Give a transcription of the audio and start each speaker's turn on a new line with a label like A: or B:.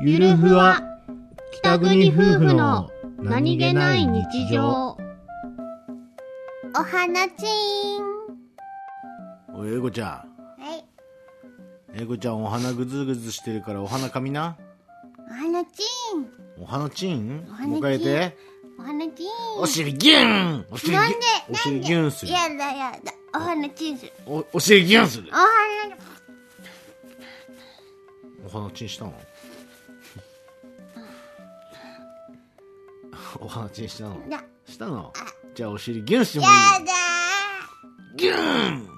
A: ゆるふわ北国夫婦の何気ない日常
B: お花ちー
A: おい英子ちゃ
B: んはい
A: ん英子ちゃんお花ぐずぐずしてるからお花かみな
B: お花ちーん
A: お花チン
B: お花チン
A: もう一回言って
B: お花ちーん
A: お尻ギュンお尻ギュン
B: なんで
A: お
B: なん
A: 尻
B: で
A: ギュンする
B: やだやだお花ちーんする
A: おお尻ギュンする
B: お花
A: お花チンしたのお花チンしたの
B: だや
A: したのじゃあお尻ギュンしてもいい
B: だ
A: ギュン